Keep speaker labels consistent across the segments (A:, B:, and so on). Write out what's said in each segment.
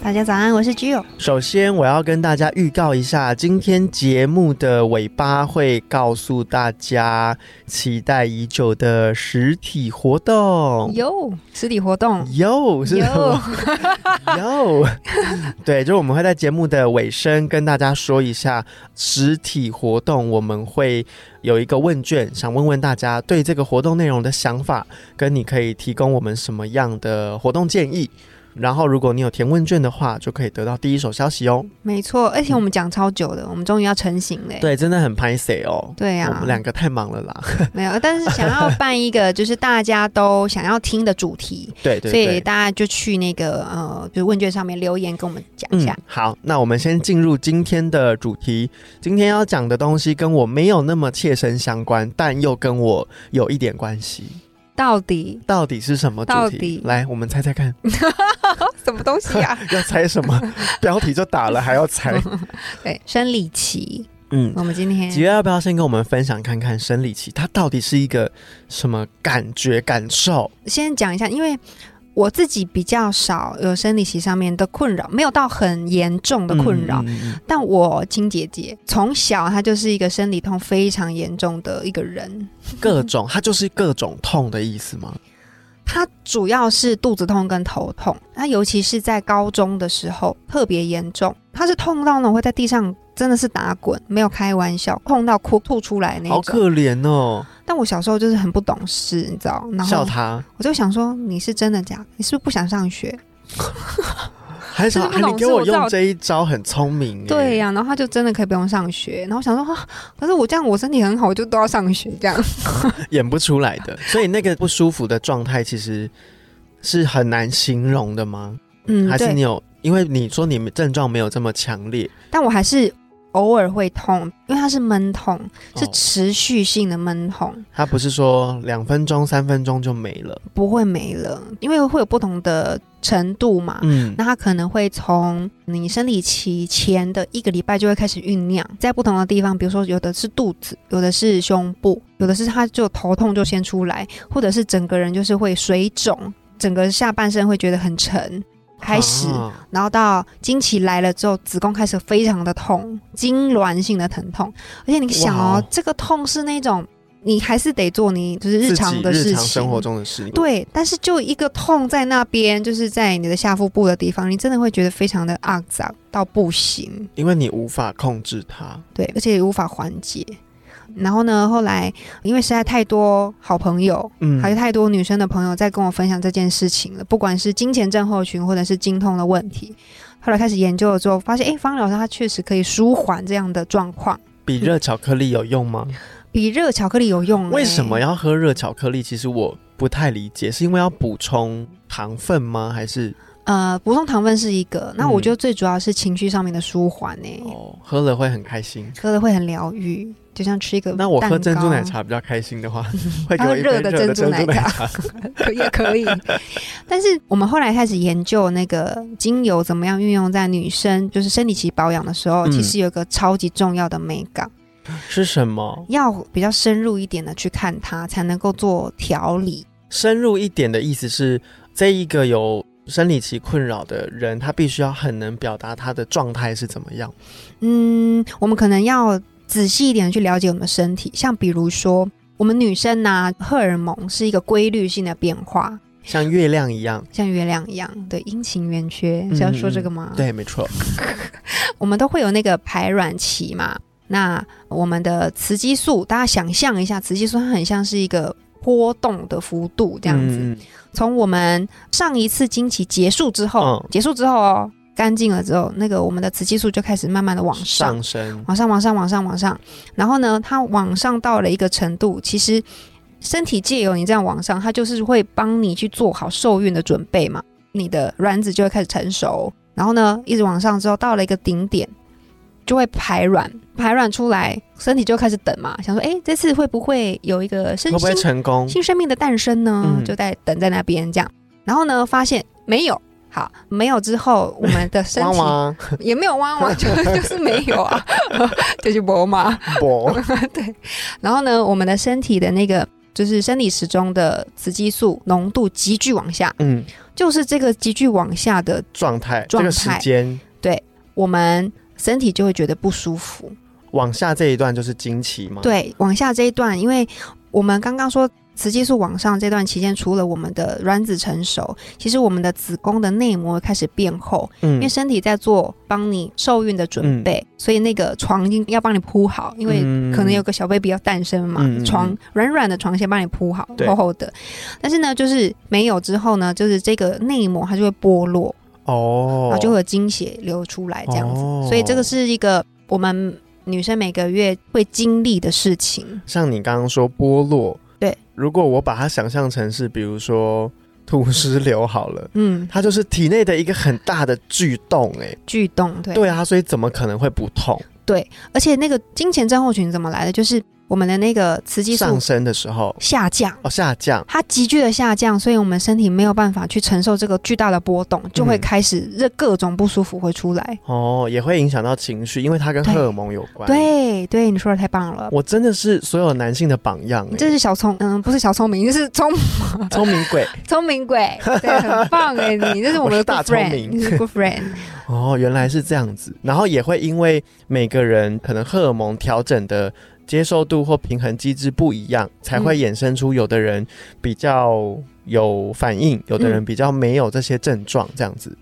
A: 大家早安，我是具有。
B: 首先，我要跟大家预告一下，今天节目的尾巴会告诉大家期待已久的实体活动。
A: 有实体活动，
B: 有 是有有， 对，就是我们会在节目的尾声跟大家说一下实体活动，我们会有一个问卷，想问问大家对这个活动内容的想法，跟你可以提供我们什么样的活动建议。然后，如果你有填问卷的话，就可以得到第一手消息哦。
A: 没错，而且我们讲超久的，我们终于要成型嘞。
B: 对，真的很拍 C 哦。
A: 对啊呀、
B: 我们两个太忙了啦。
A: 没有，但是想要办一个就是大家都想要听的主 题，
B: 对对
A: 所以
B: 对。
A: 大家就去那个呃，就是问卷上面留言跟我们讲一下。，
B: 嗯好，那我们先进入今天的主题。今天要讲的东西跟我没有那么切身相关，但又跟我有一点关系。
A: 到底
B: 到底是什么
A: 到
B: 主
A: 底
B: 题？来，我们猜猜看，
A: 什么东西啊？
B: 要猜什么？标题就打了，还要猜？
A: 对，生理期，
B: 嗯，
A: 我们今 天
B: 几月要不要先跟我们分享看看生理期它到底是一个什么感觉感受？
A: 先讲一下，因为我自己比较少有生理期上面的困扰，没有到很严重的困扰。
B: 嗯嗯嗯嗯
A: 但我亲姐姐从小她就是一个生理痛非常严重的一个人，
B: 嗯各种，它就是各种痛的意思 吗？
A: 她主要是肚子痛跟头痛，她尤其是在高中的时候特别严重，她是痛到呢会在地上真的是打滚，没有开玩笑，痛到哭吐出来那
B: 好
A: 种。
B: 可怜哦，
A: 但我小时候就是很不懂事，你知道，然
B: 笑
A: 后
B: 他，
A: 我就想说你是真的假的？你是不是不想上学？
B: 还 想、
A: 就是不懂
B: 啊、你给
A: 事
B: 我
A: 我知道
B: 用这一招很聪明耶，欸
A: 对呀、然后他就真的可以不用上学。然后我想说，啊、可是我这样我身体很好，我就都要上学这样。
B: 演不出来 的，所以那个不舒服的状态其实是很难形容的吗？
A: 嗯，
B: 还是
A: 对。
B: 你有？因为你说你们症状没有这么强烈，
A: 但我还是偶尔会痛，因为它是闷痛，是
B: 哦
A: 持续性的闷痛，
B: 它不是说两分钟、三分钟就没了，
A: 不会没了，因为会有不同的程度嘛。
B: 嗯，
A: 那它可能会从你生理期前的一个礼拜就会开始酝酿，在不同的地方，比如说有的是肚子，有的是胸部，有的是它就头痛就先出来，或者是整个人就是会水肿，整个下半身会觉得很沉，开始，
B: 啊
A: 然后到经期来了之后，子宫开始非常的痛，痉挛性的疼痛，而且你想哦
B: 哇哦，
A: 这个痛是那种你还是得做你就是日
B: 自己
A: 常的事
B: 日
A: 情，
B: 常生活中的事情，
A: 对，但是就一个痛在那边，就是在你的下腹部的地方，你真的会觉得非常的肮脏到不行，
B: 因为你无法控制它，
A: 对，而且也无法缓解。然后呢，后来因为实在太多好朋友，
B: 嗯
A: 还有太多女生的朋友在跟我分享这件事情了，不管是金钱症候群或者是经痛的问题。后来开始研究了之后，发现诶，芳疗它确实可以舒缓这样的状况，
B: 比热巧克力有用吗？
A: 比热巧克力有用、欸
B: 为什么
A: 呀？
B: 要喝热巧克力？其实我不太理解，是因为要补充糖分吗？还是
A: 呃，补充糖分是一个，那我
B: 嗯
A: 觉得最主要是情绪上面的舒缓欸呢、
B: 哦，喝了会很开心？
A: 喝了会很疗愈，就像吃一个
B: 那我喝
A: 蛋
B: 珍珠奶
A: 糕，
B: 茶比较开 心的话，会给
A: 喝
B: 我一杯
A: 热的珍
B: 的
A: 珠
B: 珍
A: 奶
B: 珠奶
A: 茶
B: 茶。
A: 可也可以。但是我们后来开始研究那个精油怎么样运用在女生就是生理期保养的时候，
B: 嗯
A: 其实有一个超级重要的美感，
B: 是什么？
A: 要比较深入一点的去看它，才能够做调理。
B: 深入一点的意思是，这一个有生理期困扰的人，他必须要很能表达他的状态是怎么样。
A: 嗯，我们可能要仔细一点地去了解我们的身体，像比如说我们女生呐、荷尔蒙是一个规律性的变化。
B: 像月亮一样，
A: 像月亮一样，对阴晴圆
B: 嗯
A: 缺是要说这个吗？
B: 对，没错，
A: 我们都会有那个排卵期嘛。那我们的雌激素，大家想象一下，雌激素它很像是一个波动的幅度这样子。
B: 嗯
A: 从我们上一次经期结束之后，
B: 嗯
A: 结束之后哦，干净了之后，那个我们的雌激素就开始慢慢的往上，
B: 上升，
A: 往上，往上，往上，往上。然后呢，它往上到了一个程度，其实身体借由你这样往上，它就是会帮你去做好受孕的准备嘛。你的卵子就会开始成熟，然后呢，一直往上之后，到了一个顶点，就会排卵。排卵出来，身体就开始等嘛，想说，哎、这次会不会有一个
B: 会
A: 身
B: 不会
A: 心
B: 成功？
A: 新生命的诞生呢，
B: 嗯
A: 就在等在那边这样。然后呢，发现没有。好，没有之后，我们的身
B: 汪
A: 体
B: 汪，
A: 也没有汪汪，就就是没有啊， 就是没嘛。
B: 啵
A: 对，然后呢，我们的身体的那个就是生理时钟的雌激素浓度急剧往下，
B: 嗯，
A: 就是这个急剧往下的，
B: 状态，这
A: 状
B: 个时
A: 态
B: 间
A: 我们身体就会觉得不舒服。
B: 往下这一段就是经期嘛，，
A: 对，往下这一段，因为我们刚刚说雌激素往上这段期间，除了我们的卵子成熟，其实我们的子宫的内膜开始变厚，因
B: 嗯
A: 为，身体在做帮你受孕的准备，所以那个床已经要帮你铺好，因为
B: 嗯
A: 可能有个小 baby 要诞生嘛，
B: 嗯嗯嗯
A: 床软软的床先帮你铺好，
B: 对
A: 厚厚的。但是呢，就是没有之后呢，就是这个内膜它就会剥落，
B: 哦
A: 然，后就会有经血流出来这样子。
B: 哦
A: 所以这个是一个我们女生每个月会经历的事情。
B: 像你刚刚说剥落，
A: 对，
B: 如果我把它想象成是，比如说土石流好 了。
A: 嗯，
B: 它就是体内的一个很大的巨洞、欸，
A: 巨动对
B: 哎，对啊，所以怎么可能会不痛？
A: 而且那个金钱症候群怎么来的？就是我们的那个雌激素
B: 上升的时候，
A: 下降。
B: 哦，下降，
A: 它急剧的下降，所以我们身体没有办法去承受这个巨大的波动，就会
B: 嗯
A: 开始这各种不舒服会出来。
B: 哦，也会影响到情绪，因为它跟
A: 对
B: 荷尔蒙有关。，
A: 对对，你说的太棒了，
B: 我真的是所有男性的榜样、欸，
A: 你这是小聪，嗯，不是小聪明， 这是聪
B: 聪明鬼。
A: 聪明鬼，对，很 棒哎，你这是我们
B: 我是
A: 的
B: 大
A: good
B: 聪
A: friend，
B: 明
A: 你是 good friend，
B: 哦，原来是这样子。然后也会因为每个人可能荷尔蒙调整的接受度或平衡机制不一样，才
A: 嗯
B: 会衍生出有的人比较有反应，有
A: 嗯
B: 的人比较没有这些症状，这样子。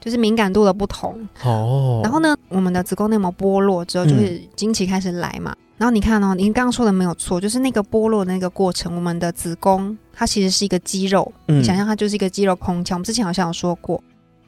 A: 就是敏感度的不同。
B: 哦，嗯
A: 然后呢，我们的子宫内膜剥落之后，就是经期开始来嘛。然后你看哦，您刚刚说的没有错，就是那个剥落的那个过程，我们的子宫它其实是一个肌肉，
B: 嗯
A: 你想象它就是一个肌肉空腔。我们之前好像有说过，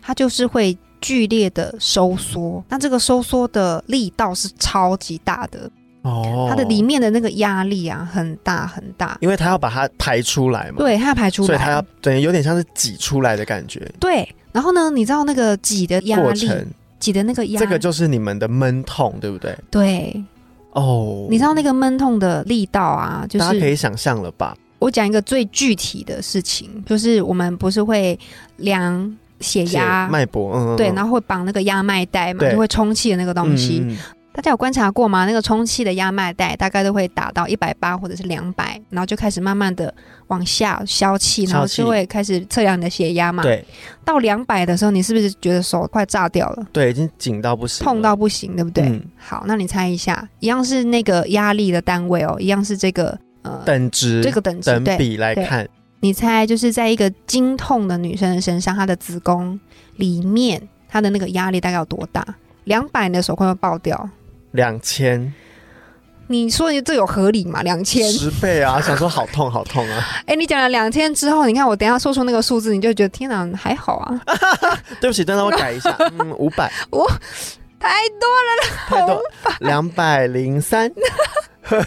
A: 它就是会剧烈的收缩，那这个收缩的力道是超级大的，
B: 哦，
A: 它的里面的那个压力啊很大很大，
B: 因为他要把它排出来嘛，，
A: 对，它排出来，
B: 所以他要等于有点像是挤出来的感觉。
A: 对。然后呢，你知道那个挤的压
B: 过
A: 力，
B: 程，
A: 挤的那个压，
B: 这个就是你们的闷痛，对不对？
A: 对，
B: 哦，
A: 你知道那个闷痛的力道啊，就
B: 大家可
A: 是
B: 以想象了吧？
A: 我讲一个最具体的事情，就是我们不是会量血压
B: 且，脉搏，嗯，嗯
A: 对，
B: 嗯
A: 然后会绑那个压脉带嘛，
B: 对
A: 就会充气的那个东西。
B: 嗯嗯嗯
A: 大家有观察过吗？那个充气的压脉带大概都会打到一百八或者是两百，然后就开始慢慢的往下消气，然后
B: 消气
A: 就会开始测量你的血压嘛。，
B: 对
A: 到两百的时候，你是不是觉得手快炸掉了，
B: 对，已经紧到不行了，
A: 痛到不行，对不对？
B: 嗯
A: 好，那你猜一下，一样是那个压力的单位哦，一样是这个呃
B: 等值
A: 这个等级。
B: 等
A: 对，
B: 比来看，
A: 你猜就是在一个经痛的女生的身上，她的子宫里面她的那个压力大概有多大？两百，你的手快要爆掉。
B: 两千
A: 你说你这有合理吗？两千？
B: 十倍 啊！想说好痛好痛啊！
A: 哎，你讲了两千之后，你看我等一下说出那个数字，你就觉得天哪，还好啊，
B: 对不起，等等我改 一下，嗯，五百
A: 太
B: 太多，两百零三
A: 多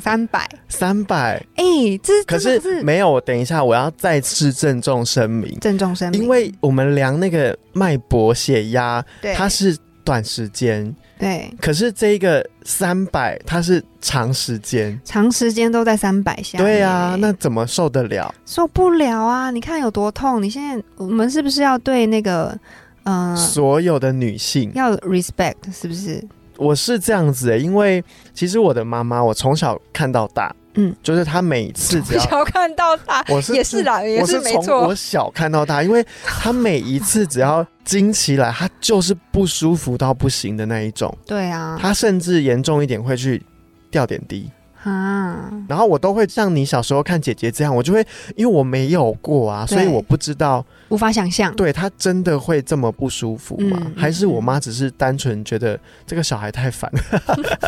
A: 三百。
B: 三百，
A: 哎，这
B: 可
A: 真的
B: 是没有。等一下，我要再次郑重声明，
A: 郑重声明，
B: 因为我们量那个脉搏、血压，
A: 对
B: 它是短时间，
A: 对
B: 可是这个三百它是长时间。
A: 长时间都在三百下面。
B: 对啊，那怎么受得了？
A: 受不了啊！你看有多痛！你现在我们是不是要对那个，嗯、
B: 所有的女性，
A: 要 respect 是不是？
B: 我是这样子、欸，因为其实我的妈妈，我从小看到大，
A: 嗯，
B: 就是她每次只要
A: 要看到他
B: 我是
A: 也是啦，也
B: 我是
A: 没
B: 从
A: 错
B: 我，小看到大，因为她每一次只要经期来，她就是不舒服到不行的那一种，
A: 对啊，
B: 她甚至严重一点会去掉点滴，
A: 啊，
B: 然后我都会像你小时候看姐姐这样，我就会因为我没有过啊，
A: 对
B: 所以我不知道，
A: 无法想象。
B: 对她真的会这么不舒服吗？
A: 嗯嗯
B: 还是我妈只是单纯觉得这个小孩太烦？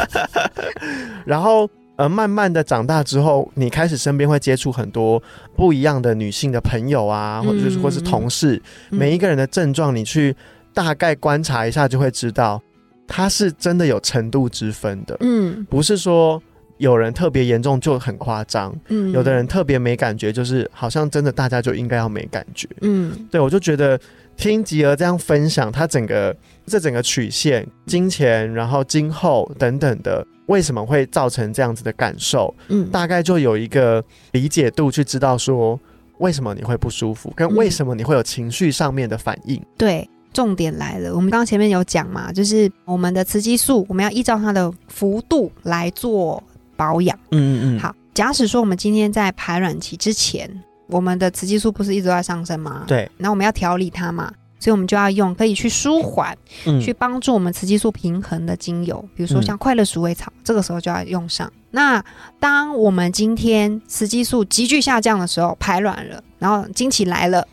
B: 然后呃，慢慢的长大之后，你开始身边会接触很多不一样的女性的朋友啊，或者是
A: 嗯
B: 或是同事，
A: 嗯
B: 每一个人的症状，你去大概观察一下就会知道，它是真的有程度之分的，
A: 嗯
B: 不是说。有人特别严重就很夸张，
A: 嗯，
B: 有的人特别没感觉，就是好像真的大家就应该要没感觉。
A: 嗯，
B: 对我就觉得听吉儿这样分享，他整个这整个曲线，金钱，然后今后等等的，为什么会造成这样子的感受，
A: 嗯，
B: 大概就有一个理解度去知道说为什么你会不舒服，跟为
A: 嗯
B: 什么你会有情绪上面的反应。
A: 对，重点来了，我们刚刚前面有讲嘛，就是我们的雌激素，我们要依照它的幅度来做保养。
B: 嗯嗯
A: 好，假使说我们今天在排卵期之前，我们的雌激素不是一直都在上升吗？，
B: 对，
A: 那我们要调理它嘛。所以我们就要用可以去舒缓、
B: 嗯
A: 去帮助我们雌激素平衡的精油，比如说
B: 嗯
A: 像快乐鼠尾草，这个时候就要用上。那当我们今天雌激素急剧下降的时候，排卵了，然后经期来了，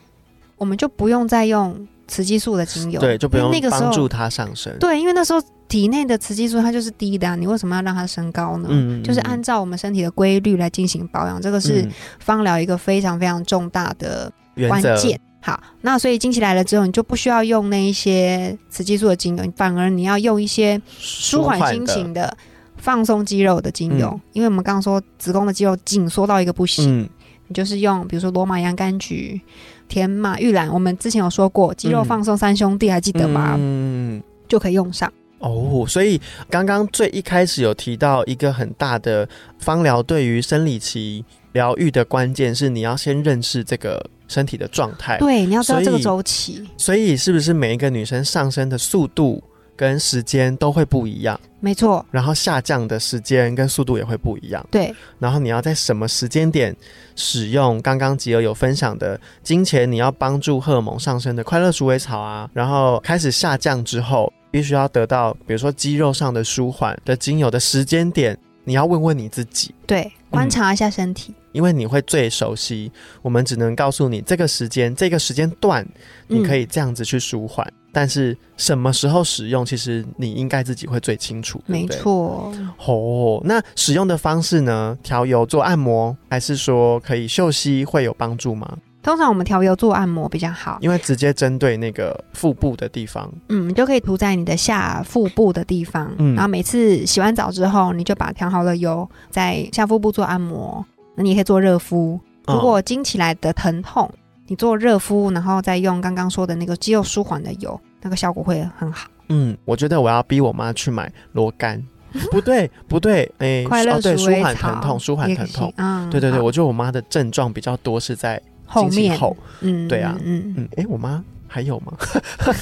A: 我们就不用再用雌激素的精油，
B: 对，就不
A: 因
B: 用
A: 为那个时
B: 帮助
A: 候，
B: 它上升。
A: 对，因为那时候体内的雌激素它就是低的、啊，你为什么要让它升高呢？
B: 嗯，嗯，
A: 啊就是
B: 嗯
A: 按照我们身体的规律来进行保养，这个是
B: 嗯
A: 芳疗一个非常非常重大的
B: 原
A: 关
B: 则，
A: 键。好，那所以经期来了之后，你就不需要用那一些雌激素的精油，反而你要用一些舒
B: 舒
A: 缓
B: 缓
A: 心
B: 的
A: 情的、放松肌肉的精油。
B: 嗯
A: 因为我们刚刚说子宫的肌肉紧缩到一个不行，
B: 嗯，
A: 你就是用比如说罗马洋甘菊、甜马玉兰，我们之前有说过肌肉
B: 嗯
A: 放松三兄弟，还记得吗？
B: 嗯，
A: 就可以用上。
B: 哦，所以刚刚最一开始有提到一个很大的芳疗对于生理期疗愈的关键是你要先认识这个身体的状态。
A: 对，你要知道
B: 所以
A: 这个周期。
B: 所以是不是每一个女生上升的速度跟时间都会不一样，
A: 没错，
B: 然后下降的时间跟速度也会不一样？
A: 对，
B: 然后你要在什么时间点使用刚刚吉儿有分享的金钱，你要帮助荷尔蒙上升的快乐鼠尾草啊，然后开始下降之后，必须要得到比如说肌肉上的舒缓的精油的时间点，你要问问你自己，
A: 对，观察一下身体。
B: 因为你会最熟悉。我们只能告诉你这个时间、这个时间段，你
A: 嗯
B: 可以这样子去舒缓。但是什么时候使用，其实你应该自己会最清楚，对
A: 没
B: 不对？
A: 错，
B: 哦，那使用的方式呢？调油做按摩，还是说可以嗅吸会有帮助吗？
A: 通常我们调油做按摩比较好。
B: 因为直接针对那个腹部的地方，
A: 嗯，你就可以涂在你的下腹部的地方，
B: 嗯
A: 然后每次洗完澡之后，你就把调好的油在下腹部做按摩。那你也可以做热敷，
B: 嗯
A: 如果经起来的疼痛，你做热敷，然后再用刚刚说的那个肌肉舒缓的油，那个效果会很好。
B: 嗯，我觉得我要逼我妈去买罗 甘，不对不对，哎、
A: 快乐
B: 哦对，
A: 鼠
B: 舒
A: 尾
B: 缓
A: 草
B: 疼痛，舒缓
A: 也
B: 疼
A: 行
B: 痛。
A: 嗯，
B: 对对对，
A: 好
B: 我觉得我妈的症状比较多是在
A: 后
B: 经期
A: 面
B: 后，
A: 嗯，
B: 对啊
A: 嗯嗯。
B: 嗯，哎、我妈还有 吗？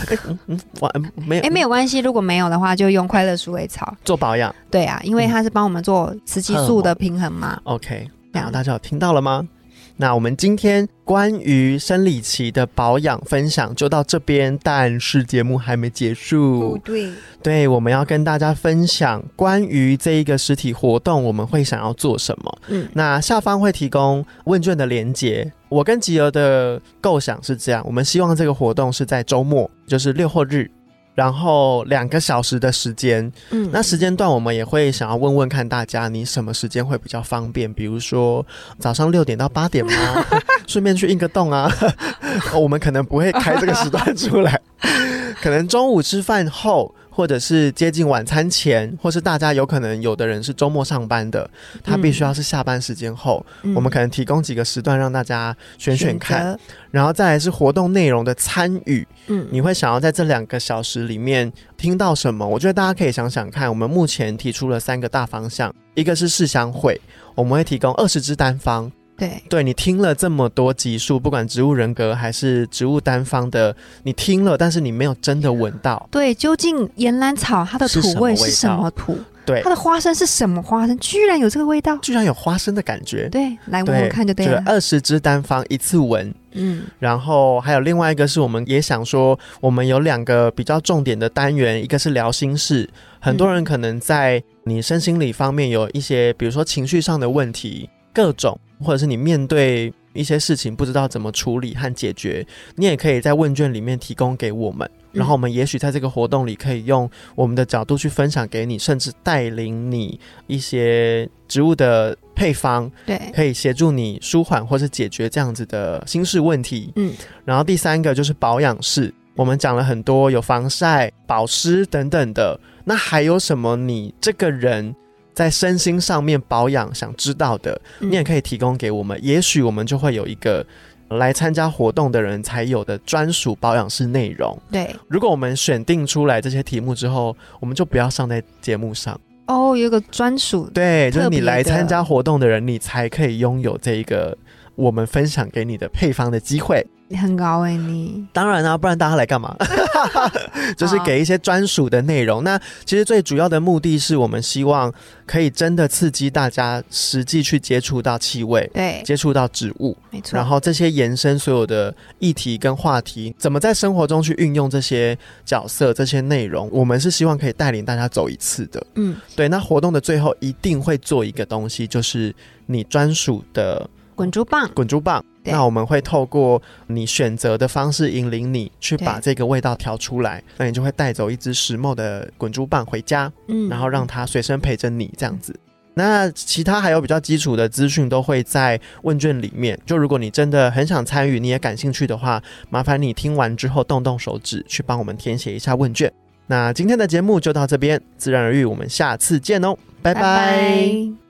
B: 诶嗯嗯，我嗯没有，
A: 哎，没有关系，如果没有的话，就用快乐鼠尾草。
B: 做保养
A: 对啊，因为
B: 嗯
A: 它是帮我们做雌激
B: 荷尔
A: 素的
B: 蒙
A: 平衡嘛。
B: ，OK。
A: 这
B: 好，
A: 样
B: 大家有听到了吗？那我们今天关于生理期的保养分享就到这边，但是节目还没结束。
A: 哦对，
B: 对，我们要跟大家分享关于这一个实体活动，我们会想要做什么。
A: 嗯，
B: 那下方会提供问卷的连接。我跟吉儿的构想是这样，我们希望这个活动是在周末，就是六或日，然后两个小时的时间，
A: 嗯
B: 那时间段我们也会想要问问看大家，你什么时间会比较方便？比如说早上六点到八 点吗？顺便去运个动啊、哦我们可能不会开这个时段 出来，可能中午吃饭后，或者是接近晚餐前，或是大家有可能有的人是周末上班的，他必须要是下班时间后，
A: 嗯
B: 我们可能提供几个时段让大家选选看，
A: 择，
B: 然后再来是活动内容的参与。
A: 嗯，
B: 你会想要在这两个小时里面听到什么？我觉得大家可以想想看，我们目前提出了三个大方向，一个是试香会，我们会提供二十支单方。
A: 对，
B: 对你听了这么多集数，不管植物人格还是植物单方的，你听了，但是你没有真的闻到。
A: 对，啊究竟岩兰草它的
B: 是
A: 土
B: 什么
A: 味
B: 味
A: 是什
B: 道
A: 么土？
B: 对
A: 它的花生是什么花生？居然有这个味道？
B: 居然有花生的感觉，
A: 对，来闻闻
B: 对
A: 看就对啊
B: 就是
A: 了。
B: 二十支单方一次闻，
A: 嗯，
B: 然后还有另外一个是我们也想说，我们有两个比较重点的单元，一个是聊心事，很多人可能在你身心理方面有一些，比如说情绪上的问题，各种，或者是你面对一些事情不知道怎么处理和解决，你也可以在问卷里面提供给我们。
A: 嗯
B: 然后我们也许在这个活动里可以用我们的角度去分享给你，甚至带领你一些植物的配方，
A: 对，
B: 可以协助你舒缓或是解决这样子的心事问题。
A: 嗯，
B: 然后第三个就是保养室，我们讲了很多有防晒、保湿等等的。那还有什么？你这个人在身心上面保养想知道的，你也
A: 嗯
B: 可以提供给我们，也许我们就会有一个来参加活动的人才有的专属保养室内容。
A: 对，
B: 如果我们选定出来这些题目之后，我们就不要上在节目上。
A: 哦，有一个专属，
B: 对，就
A: 特
B: 是你
A: 别的
B: 来参加活动的人，你才可以拥有这一个我们分享给你的配方的机会。
A: 很高哎、你
B: 当然啊，不然大家 来干嘛？就是给一些专属的内容。那其实最主要的目的是我们希望可以真的刺激大家实际去接触到气味，
A: 对，
B: 接触到植物，
A: 没错
B: 然。后这些延伸所有的议题跟话题，怎么在生活中去运用这些角色、这些内容，我们是希望可以带领大家走一次的。
A: 嗯，
B: 对，那活动的最后一定会做一个东西，就是你专属的
A: 滚珠棒，
B: 滚珠棒。
A: 对
B: 那我们会透过你选择的方式引领你去把
A: 对
B: 这个味道调出来，那你就会带走一只石墨的滚珠棒回家，
A: 嗯，
B: 然后让它随身陪着你这样子。那其他还有比较基础的资讯都会在问卷里面。就如果你真的很想参与，你也感兴趣的话，麻烦你听完之后动动手指去帮我们填写一下问卷。那今天的节目就到这边，自然而愈，我们下次见哦，拜
A: 拜拜